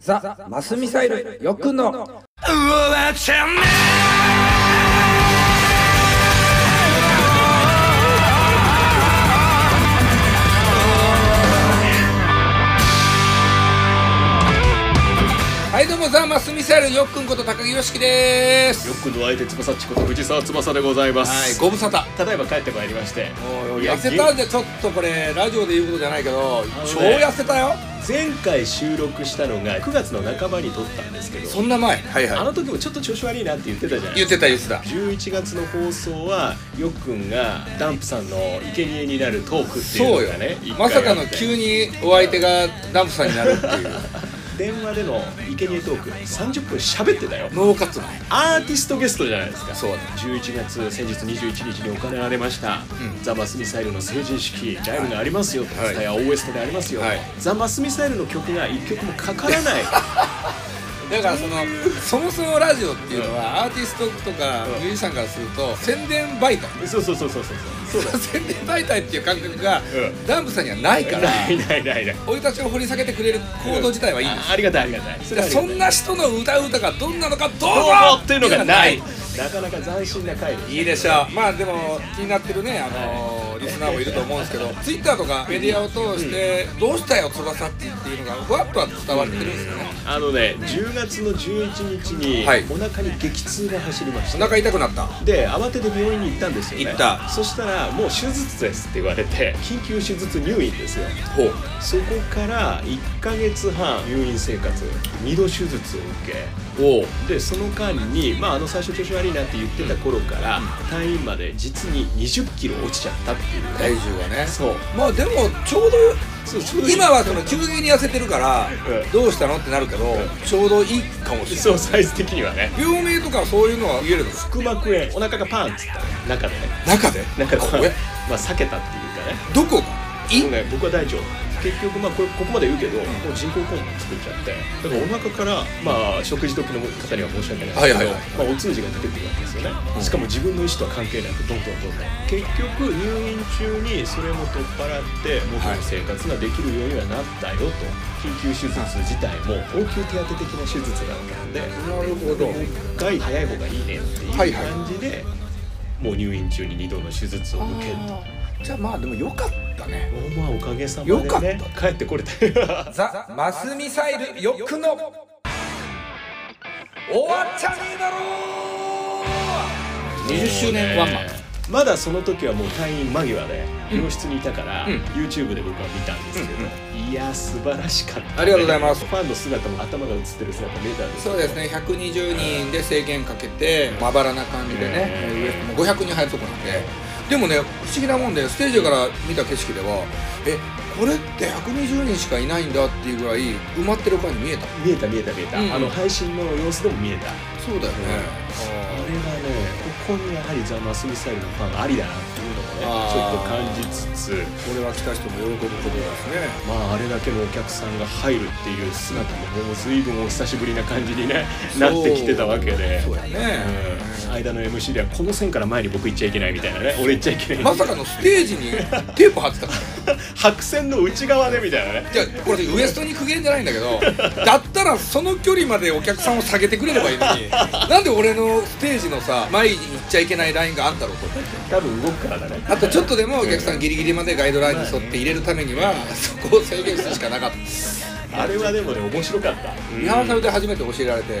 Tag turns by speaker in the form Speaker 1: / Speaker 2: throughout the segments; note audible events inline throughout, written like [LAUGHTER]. Speaker 1: ザ・マスミサイル、よくんの。はい、どうも、ザ・マスミサイル、よくんこと高木よしきです。
Speaker 2: よくの相手翼っちこと藤沢翼でございま
Speaker 1: はい、
Speaker 2: す、
Speaker 1: ご無沙汰。
Speaker 2: ただいま帰ってまいりまして
Speaker 1: もう
Speaker 2: いや
Speaker 1: 痩せたんで、ちょっとこれ、ラジオで言うことじゃないけど、超痩せたよ。
Speaker 2: 前回収録したのが9月の半ばに撮ったんですけど
Speaker 1: そんな前。はい
Speaker 2: あ
Speaker 1: は
Speaker 2: の時もちょっと調子悪いなって言ってたじゃない
Speaker 1: い。言ってた言ってた。
Speaker 2: 11月の放送はよっくんがダンプさんの生贄になるトークって
Speaker 1: そ
Speaker 2: いうう
Speaker 1: よ
Speaker 2: のがね一回あ
Speaker 1: ま
Speaker 2: って
Speaker 1: さかの急にお相手がダンプさんになるって
Speaker 2: [LAUGHS]
Speaker 1: いう
Speaker 2: 電話での生贄トーク30分喋ってたよ
Speaker 1: ノーカットだ
Speaker 2: アーティストゲストじゃないですか
Speaker 1: そうだ
Speaker 2: 11月先日21日に行われました、
Speaker 1: うん
Speaker 2: ザ・マスミサイルの成人式ライブがありますよと、
Speaker 1: はい
Speaker 2: ツタヤ OST でありますよ、
Speaker 1: はい
Speaker 2: ザ・マスミサイルの曲が1曲もかからない
Speaker 1: だからそのそもそもラジオっていうのはアーティストとかミュージシャンからすると宣伝媒体 [LAUGHS]
Speaker 2: そうそうそうそうそうそうだ
Speaker 1: 宣伝媒体っていう感覚が
Speaker 2: ん
Speaker 1: ダンプさんにはないから
Speaker 2: ないないないない
Speaker 1: 俺たちを掘り下げてくれる行動自体はいいんです
Speaker 2: あありがたいありがたいそ
Speaker 1: だからそんな人の歌う歌がどんなのかどうぞ
Speaker 2: っていうのがないなかなか斬新な回です
Speaker 1: いいでしょうまあでも気になってるねあのーリスナーもいると思うんですけどツイッターとかメディアを通して「どうしたよ翼っち」っていうのがふわっとは伝わってるんですよね
Speaker 2: あのね10月の11日に
Speaker 1: はい
Speaker 2: お腹に激痛が走りました、
Speaker 1: お腹痛くなった
Speaker 2: で慌てて病院に行ったんですよね
Speaker 1: 行った
Speaker 2: そしたらもう手術ですって言われて緊急手術入院ですよ
Speaker 1: ほう
Speaker 2: そこから1ヶ月半入院生活2度手術を受け
Speaker 1: おう
Speaker 2: でその間に、まあ、あの最初調子悪いなって言ってた頃から退院まで実に2 0キロ落ちちゃったっていう
Speaker 1: 体
Speaker 2: ね
Speaker 1: 重がね
Speaker 2: そう
Speaker 1: まあでもちょう
Speaker 2: そうちょ
Speaker 1: ど
Speaker 2: うどいい
Speaker 1: 今はその急激に痩せてるから
Speaker 2: うん
Speaker 1: どうしたのってなるけど
Speaker 2: ん
Speaker 1: ちょうどいいかもしれない
Speaker 2: そうサイズ的にはね
Speaker 1: 病名とかそういうのは言えるの
Speaker 2: 腹膜炎お腹がパンっつったね中でね
Speaker 1: 中で
Speaker 2: 中で
Speaker 1: これ
Speaker 2: まあ避けたっていうかね
Speaker 1: どこが胃
Speaker 2: もうね僕は大腸結局まあこれここまで言うけど、もう人工肛門作っちゃってだからお腹からまあ食事時の方には申し訳な
Speaker 1: は
Speaker 2: いですけど、
Speaker 1: いはいはい
Speaker 2: まあ、お通じが出てくるわけですよね、
Speaker 1: うん
Speaker 2: しかも自分の意思とは関係なくどんどんどんどん結局入院中にそれも取っ払って元の生活ができるようにはなったよと、緊急手術自体も応急手当的な手術だったんで
Speaker 1: なるほど
Speaker 2: もう一回早い方がいいねっていう
Speaker 1: はいはい
Speaker 2: 感じで、もう入院中に2度の手術を受けると。
Speaker 1: じゃあまあでもよかったね
Speaker 2: まあおかげさま
Speaker 1: よかっ
Speaker 2: でね帰って
Speaker 1: [LAUGHS]
Speaker 2: これたよ
Speaker 1: ザ・マスミサイルよくの終わっちゃねえだろ20周年ワンマン
Speaker 2: まだその時はもう退院間際で病室にいたから、
Speaker 1: うん
Speaker 2: YouTube で僕は見たんですけど、いや素晴らしかった、
Speaker 1: ありがとうございます
Speaker 2: ファンの姿も頭が映ってる姿見えたんですけ
Speaker 1: そ
Speaker 2: ど
Speaker 1: うですね120人で制限かけてまばらな感じでね
Speaker 2: うん
Speaker 1: ウエストも500人入るとこなんででもね不思議なもんでステージから見た景色ではえこれって120人しかいないんだっていうぐらい埋まってる感じ見えた
Speaker 2: 見えた見えた見えた、
Speaker 1: うん
Speaker 2: あの配信の様子でも見えた
Speaker 1: そうだよね
Speaker 2: あれはねここにやはりザ・マスミサイルのファンありだなっていうのもね
Speaker 1: あー
Speaker 2: ちょっと感じつつ
Speaker 1: これは来た人も喜ぶことですね
Speaker 2: まああれだけのお客さんが入るっていう姿ももう随分お久しぶりな感じに、ね、なってきてたわけで
Speaker 1: そうやね、
Speaker 2: うん間の MC ではこの線から前に僕行っちゃいけないみたいなね俺行っちゃいけない
Speaker 1: まさかのステージにテープ貼ってたから
Speaker 2: [LAUGHS] 白線の内側でみたいなね
Speaker 1: じゃあこれウエストに苦言じゃないんだけどだったらその距離までお客さんを下げてくれればいいのになんで俺のステージのさ前に行っちゃいけないラインがあったろうと
Speaker 2: 多分動くからだね
Speaker 1: あとちょっとでもお客さんギリギリまでガイドラインに沿って入れるためにはそこを制限するしかなかった
Speaker 2: あれはでもね面白かった
Speaker 1: リハーサルで初めて教えられて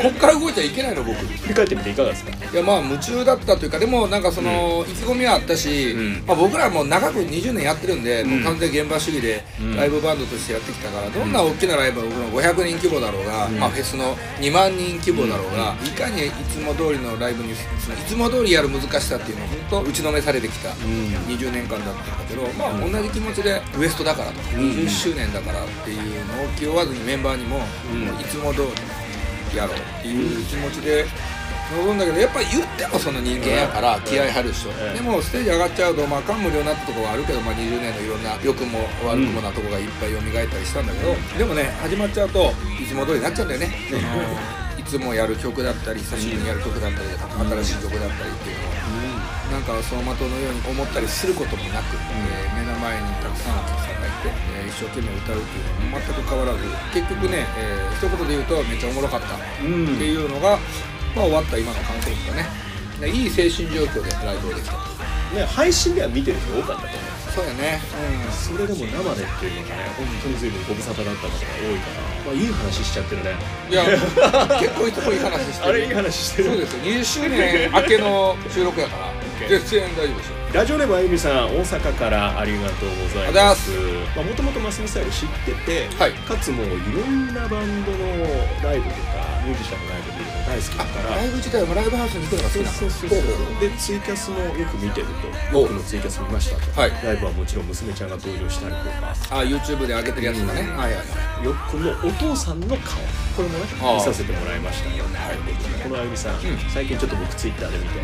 Speaker 1: こっから動いちゃいけないの僕い
Speaker 2: 振り返ってみていかがですか
Speaker 1: やまあ夢中だったというかでもなんかその意気込みはあったし、
Speaker 2: うん
Speaker 1: まあ、僕らはもう長く20年やってるんで、
Speaker 2: ん
Speaker 1: もう完全に現場主義で
Speaker 2: ん
Speaker 1: ライブバンドとしてやってきたからどんな大きなライブ僕の500人規模だろうが、
Speaker 2: ん
Speaker 1: まあ、フェスの2万人規模だろうが、いかにいつも通りのライブにそのいつも通りやる難しさっていうのを本当打ちのめされてきた
Speaker 2: ん
Speaker 1: 20年間だったんだけど、まあ、同じ気持ちでウエストだからとか、20周年だからっていうのを気負わずにメンバーにも,、
Speaker 2: うん
Speaker 1: もういつも通りやろうっていう気持ちで臨んだけどやっぱり言ってもその人間やから気合い張るでしょ、
Speaker 2: うん
Speaker 1: でもステージ上がっちゃうとまあ感無量になったとこはあるけど、まあ、20年のいろんな良くも悪くもなと [LAUGHS] こがいっぱい蘇ったりしたんだけど、でもね始まっちゃうといつも通りになっちゃうんだよね。いつもやる曲だったり久しぶりにやる曲だったり新しい曲だったりっていうのをなんか走馬灯のように思ったりすることもなく、えー目の前にたくさんのお客さんがいて、えー一生懸命歌うっていうのは全く変わらず結局ね、えー一言で言うとめっちゃおもろかったって
Speaker 2: うんうん
Speaker 1: いうのが、まあ、終わった今の感想ですかねでいい精神状況でライブをできたと
Speaker 2: ね配信では見てる人多かったと
Speaker 1: そ
Speaker 2: 思う
Speaker 1: うやね
Speaker 2: それでも生でっていうのがね本当に随分ご無沙汰だった方が多いから、まあ、いい話しちゃってるね
Speaker 1: うんいや結構いつもいい話して
Speaker 2: あ
Speaker 1: る
Speaker 2: れいい話して
Speaker 1: そう
Speaker 2: る
Speaker 1: ですよ20周年明けの収録やから
Speaker 2: OK
Speaker 1: 全然大丈夫ですよ
Speaker 2: ラジオネームあゆみさん大阪からありがとうございますまあもともとマスミサイル知ってて、
Speaker 1: はい
Speaker 2: かつもういろんなバンドのライブとかミュージシャンのライブ見るの大好きだから
Speaker 1: ライブ自体もライブハウスに行くのが好き
Speaker 2: そう
Speaker 1: な
Speaker 2: そうそう
Speaker 1: ほ
Speaker 2: そうう
Speaker 1: ほう
Speaker 2: でツイキャスもよく見てると
Speaker 1: お
Speaker 2: 僕のツイキャス見ましたと、
Speaker 1: はい
Speaker 2: ライブはもちろん娘ちゃんが登場したりとか
Speaker 1: あ YouTube で上げてるやつだね、
Speaker 2: うん
Speaker 1: はいはいはい
Speaker 2: よこのお父さんの顔これもね
Speaker 1: ああ
Speaker 2: 見させてもらいましたよ、このあゆみさん、
Speaker 1: ん
Speaker 2: 最近ちょっと僕ツイッターで見て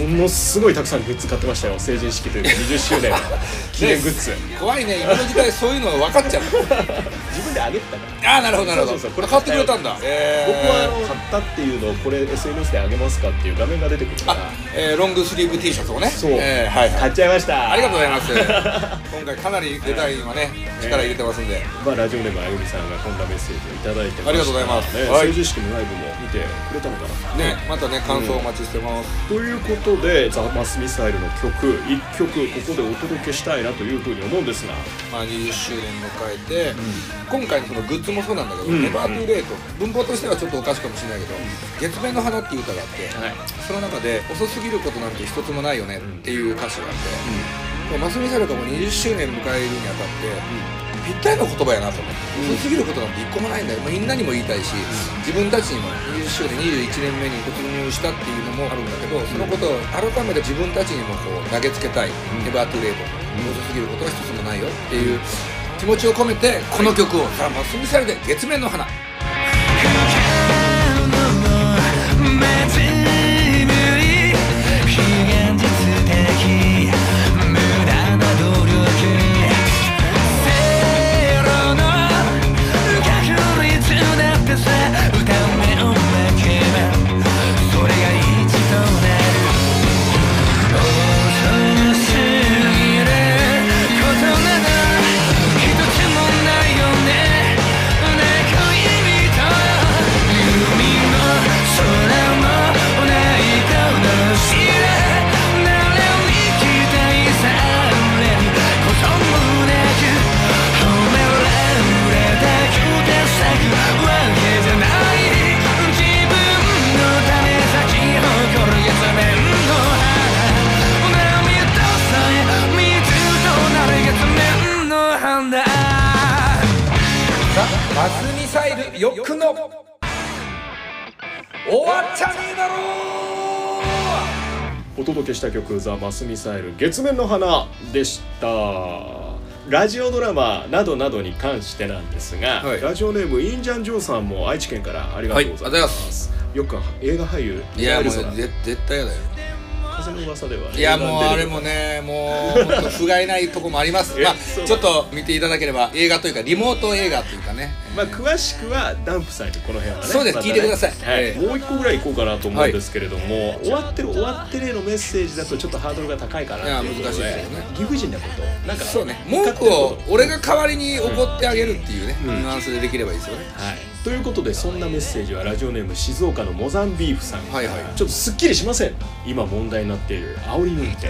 Speaker 1: うん
Speaker 2: ものすごいたくさんグッズ買ってましたよ成人式というか20周
Speaker 1: [LAUGHS]
Speaker 2: 年記念グッズ
Speaker 1: 怖いね今の時代そういうの分か
Speaker 2: [LAUGHS]
Speaker 1: っちゃう
Speaker 2: 自分であげてたから
Speaker 1: ああなるほどなるほど
Speaker 2: そうそうそうこれ
Speaker 1: 買ってくれたんだえ
Speaker 2: 僕はあの買ったっていうのをこれ SNS であげますかっていう画面が出てくるか
Speaker 1: あ
Speaker 2: ら
Speaker 1: えーロングスリーブ T シャツをね
Speaker 2: そう
Speaker 1: えーはいは
Speaker 2: 買
Speaker 1: い
Speaker 2: っちゃいました
Speaker 1: ありがとうござい
Speaker 2: [LAUGHS]
Speaker 1: ます今回かなりデザインはね力入れてますんで
Speaker 2: まあ、ラジオネームあゆみさんがこんなメッセージをいただいてました
Speaker 1: ありがとうございます
Speaker 2: ね
Speaker 1: はい
Speaker 2: 成人式のライブも見てくれたのかな
Speaker 1: ねまたね感想お待ちしてます、
Speaker 2: ということでザ・マスミサイルの曲1曲ここでお届けしたいなというふうに思うんですが
Speaker 1: まあ、20周年迎えて、今回のそのグッズもそうなんだけど、
Speaker 2: うん
Speaker 1: ネバートゥーレイト文法としてはちょっとおかしいかもしれないけど「月面の花」っていう歌があって、
Speaker 2: はい
Speaker 1: その中で「遅すぎることなんて一つもないよね」っていう歌詞があって、もうマスミサルがもう20周年迎えるにあたって、ぴったりの言葉やなと思って、遅すぎることなんて一個もないんだよみんなにも言いたいし、自分たちにも20周年21年目に突入したっていうのもあるんだけどそのことを改めて自分たちにもこう投げつけたい「
Speaker 2: ん
Speaker 1: ネバートゥーレイト」遅すぎることは一つもないよっていう気持ちを込めてこの曲を「ザ・マスミサルで月面の花」ザ・マスミサイルよくの終わっちゃねえだろ
Speaker 2: お届けした曲「ザ・マスミサイル月面の花」でしたラジオドラマなどなどに関してなんですが、
Speaker 1: はい
Speaker 2: ラジオネームインジャン・ジョーさんも愛知県からありがとうございます、よく映画俳優
Speaker 1: いやもう
Speaker 2: エルソ
Speaker 1: ぜ絶対やだよ
Speaker 2: ナ風の噂ではい
Speaker 1: やもうあれも
Speaker 2: ね
Speaker 1: ねもうほんと不甲斐ないとこもあります
Speaker 2: え
Speaker 1: まあ
Speaker 2: そう
Speaker 1: ちょっと見ていただければ映画というかリモート映画というかね
Speaker 2: まあ、詳しくはダンプさんにこの辺はね
Speaker 1: そうです
Speaker 2: またね
Speaker 1: 聞いてください
Speaker 2: はい
Speaker 1: ええ
Speaker 2: もう一個ぐらい行こうかなと思うんですけれども、終わってる終わってるへのメッセージだとちょっとハードルが高いかなっていうこ
Speaker 1: いや難し
Speaker 2: とで
Speaker 1: いですよね
Speaker 2: 理不尽なことなんか
Speaker 1: そうね文句を俺が代わりに怒ってあげるっていうねニ
Speaker 2: うん
Speaker 1: ュアンスでできればいいですよね
Speaker 2: はい、ということでそんなメッセージはラジオネーム静岡のモザンビーフさんから、
Speaker 1: はいはい
Speaker 2: ちょっとすっきりしません今問題になっている煽り運転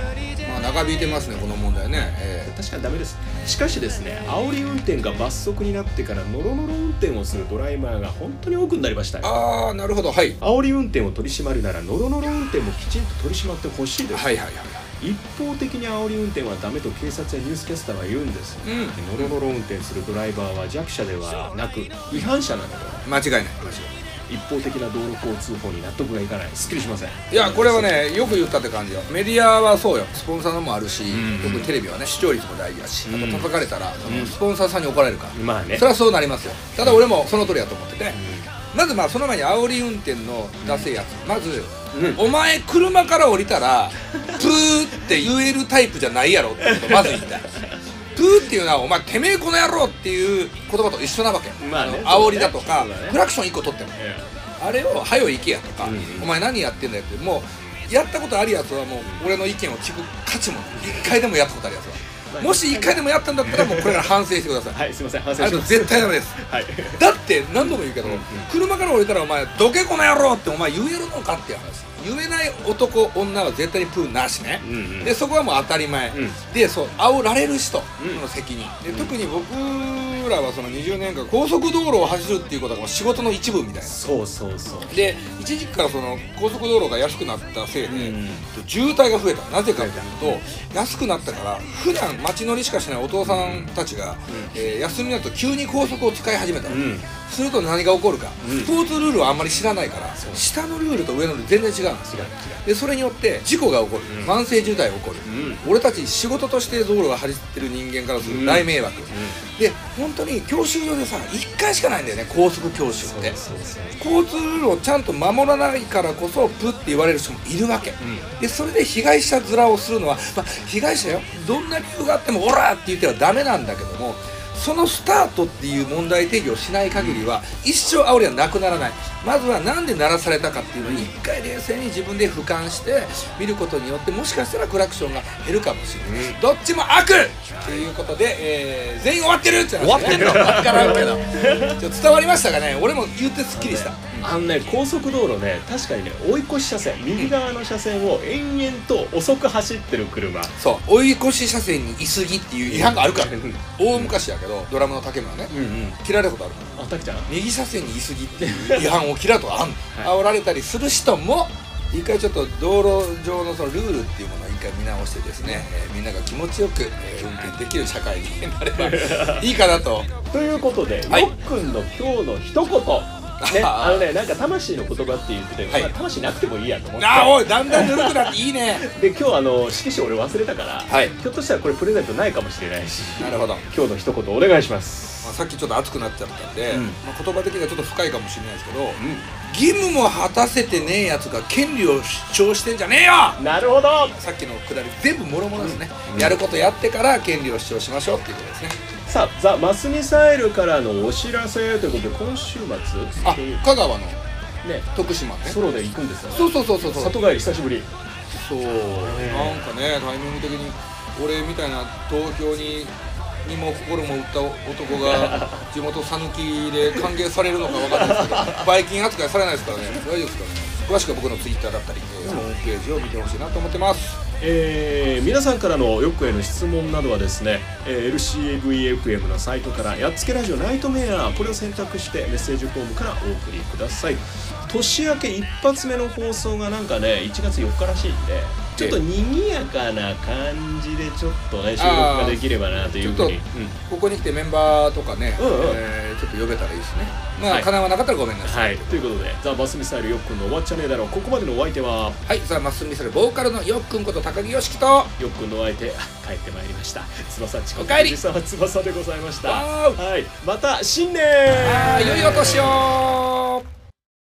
Speaker 1: まあ長引いてますねこの問題ねえ
Speaker 2: 確かにダメですしかしですね煽り運転が罰則になってからノロノロ運転をするドライバーが本当に多くなりました
Speaker 1: えああなるほどはい
Speaker 2: 煽り運転を取り締まるならノロノロ運転もきちんと取り締まってほしいです、
Speaker 1: はいはいはい
Speaker 2: 一方的に煽り運転はダメと警察やニュースキャスターは言うんです、
Speaker 1: うん
Speaker 2: ノロノロ運転するドライバーは弱者ではなく違反者なので
Speaker 1: 間違いない間違いない
Speaker 2: 一方的な道路交通法に納得がいかないすっきりしません
Speaker 1: いやこれはねよく言ったって感じよメディアはそうよスポンサーのもあるし、
Speaker 2: うん
Speaker 1: 特にテレビはね視聴率も大事だし、
Speaker 2: うん
Speaker 1: あと叩かれたら、その
Speaker 2: うん
Speaker 1: スポンサーさんに怒られるから、
Speaker 2: まあね
Speaker 1: それはそうなりますよただ俺もその通りだと思ってて、まずまあその前に煽り運転の出せやつ、まず、
Speaker 2: うん
Speaker 1: お前車から降りた
Speaker 2: [LAUGHS]
Speaker 1: らプーって言えるタイプじゃないやろってことをまず言いたいプーっていうのはお前てめえこの野郎っていう言葉と一緒なわけ、
Speaker 2: まあね
Speaker 1: の煽りだとか
Speaker 2: そうだね
Speaker 1: クラクション1個取っても
Speaker 2: え
Speaker 1: あれを「はよ行けや」とか、
Speaker 2: うんうん
Speaker 1: お前何やってんだよ」ってもうやったことあるやつはもう俺の意見を聞く価値もない一回でもやったことあるやつはもし一回でもやったんだったらもうこれから反省してください
Speaker 2: はいすいません反省
Speaker 1: あれ
Speaker 2: し
Speaker 1: と
Speaker 2: ます
Speaker 1: 絶対ダメです
Speaker 2: はい
Speaker 1: だって何度も言うけど、
Speaker 2: うんうん
Speaker 1: 車から降りたらお前どけこの野郎ってお前言えるのかっていう話言えない男女は絶対にプーなしね、
Speaker 2: うんうん
Speaker 1: でそこはもう当たり前、
Speaker 2: うん
Speaker 1: でそう煽られる人
Speaker 2: うん
Speaker 1: の責任、で特に僕らはその20年間高速道路を走るっていうことがもう仕事の一部みたいな
Speaker 2: そうそうそう
Speaker 1: で一時期からその高速道路が安くなったせいで、
Speaker 2: うん
Speaker 1: 渋滞が増えたなぜかというと安くなったから普段街乗りしかしないお父さんたちが、えー休みになると急に高速を使い始めたの、
Speaker 2: うん
Speaker 1: すると何が起こるか、
Speaker 2: うん
Speaker 1: スポーツルールをあんまり知らないから
Speaker 2: そう
Speaker 1: 下のルールと上のルール全然違うんです
Speaker 2: 違う違う
Speaker 1: でそれによって事故が起こる、
Speaker 2: うん
Speaker 1: 慢性渋滞が起こる、
Speaker 2: う
Speaker 1: 俺たち仕事として道路が走ってる人間からすると大迷惑、で本当に教習所でさ1回しかないんだよね高速教習って
Speaker 2: そうそう
Speaker 1: 交通ルールをちゃんと守らないからこそプって言われる人もいるわけ、
Speaker 2: ん
Speaker 1: でそれで被害者面をするのは、まあ、被害者よどんな理由があってもオラーって言ってはダメなんだけどもそのスタートっていう問題提起をしない限りは、一生煽りはなくならないまずは何で鳴らされたかっていうのを一回冷静に自分で俯瞰して見ることによってもしかしたらクラクションが減るかもしれない、どっちも悪ということで、えー全員終わってるって終わってんの分からんけど [LAUGHS] ちょっと伝わりましたかね俺も言ってすっきりした、
Speaker 2: あのね高速道路ね確かにね追い越し車線右側の車線を延々と遅く走ってる車
Speaker 1: そう追い越し車線に居すぎっていう違反があるから、
Speaker 2: うん
Speaker 1: 大昔やけどドラムの竹村ね、
Speaker 2: うんうん
Speaker 1: 切られたことあるから
Speaker 2: あたくちゃん
Speaker 1: 右車線に居すぎっていう違反を切られたことあんの、煽られたりする人も一回ちょっと道路上のそのルールっていうものを一回見直してですね、えーみんなが気持ちよく、えー運転できる社会になればいいかなと
Speaker 2: ということで、
Speaker 1: はい
Speaker 2: よっくんの今日の一言
Speaker 1: [LAUGHS]
Speaker 2: ね、あのね、なんか魂の言葉って言ってて、
Speaker 1: はい
Speaker 2: まあ、魂なくてもいいやと思って。
Speaker 1: ああおいだんだんぬるくなっていいね
Speaker 2: で、今日、あの、色紙俺忘れたから、
Speaker 1: はい
Speaker 2: ひょっとしたら、これプレゼントないかもしれないし。
Speaker 1: [LAUGHS] なるほど、ま
Speaker 2: 今日の一言お願いします。
Speaker 1: あ、さっきちょっと熱くなっちゃったんで、
Speaker 2: うん
Speaker 1: まあ、言葉的にはちょっと深いかもしれないですけど、義務も果たせてねえやつが権利を主張してんじゃねえよ
Speaker 2: なるほど。
Speaker 1: さっきのくだり全部もろもろですね、やることやってから権利を主張しましょうっていうことですね
Speaker 2: さあ、ザマスミサイルからのお知らせということで、今週末。
Speaker 1: あ
Speaker 2: っていう
Speaker 1: 香川の
Speaker 2: ね、
Speaker 1: 徳島ね
Speaker 2: ソロで行くんですよ、ね。
Speaker 1: そうそうそうそうそう
Speaker 2: 里帰り久しぶり。
Speaker 1: そうなんかねタイミング的に俺みたいな東京ににも心も打った男 [LAUGHS] が地元讃岐で歓迎されるのか分かんないですけどバイキン扱いされないですからね大丈夫ですかね詳しくは僕のツイッターだったり、えーホームページを見てほしいなと思ってます
Speaker 2: えー皆さんからのよっくへの質問などはですね、えー LCAVFM のサイトから「やっつけラジオナイトメア」これを選択してメッセージフォームからお送りください年明け一発目の放送がなんかね1月4日らしいんでちょっと賑やかな感じでちょっとね収録ができればなとい
Speaker 1: ちょ
Speaker 2: う
Speaker 1: っ
Speaker 2: ふう
Speaker 1: と
Speaker 2: に、うん
Speaker 1: ここに来てメンバーとかね、
Speaker 2: うんうん
Speaker 1: えーちょっと呼べたらいいですねまあ、
Speaker 2: はい
Speaker 1: 叶わなかったらごめんなさい
Speaker 2: はいということで「ザ・バスミサイルよっくんの終わっちゃねえだろ」ここまでのお相手は
Speaker 1: はい、さあまっすぐにするボーカルのよっくんこと高木よしきと
Speaker 2: よっくんのお相手あ帰ってまいりました翼ちこ
Speaker 1: おかえり
Speaker 2: 藤沢翼でございました
Speaker 1: わー
Speaker 2: はいまた新年
Speaker 1: ああ良いお年を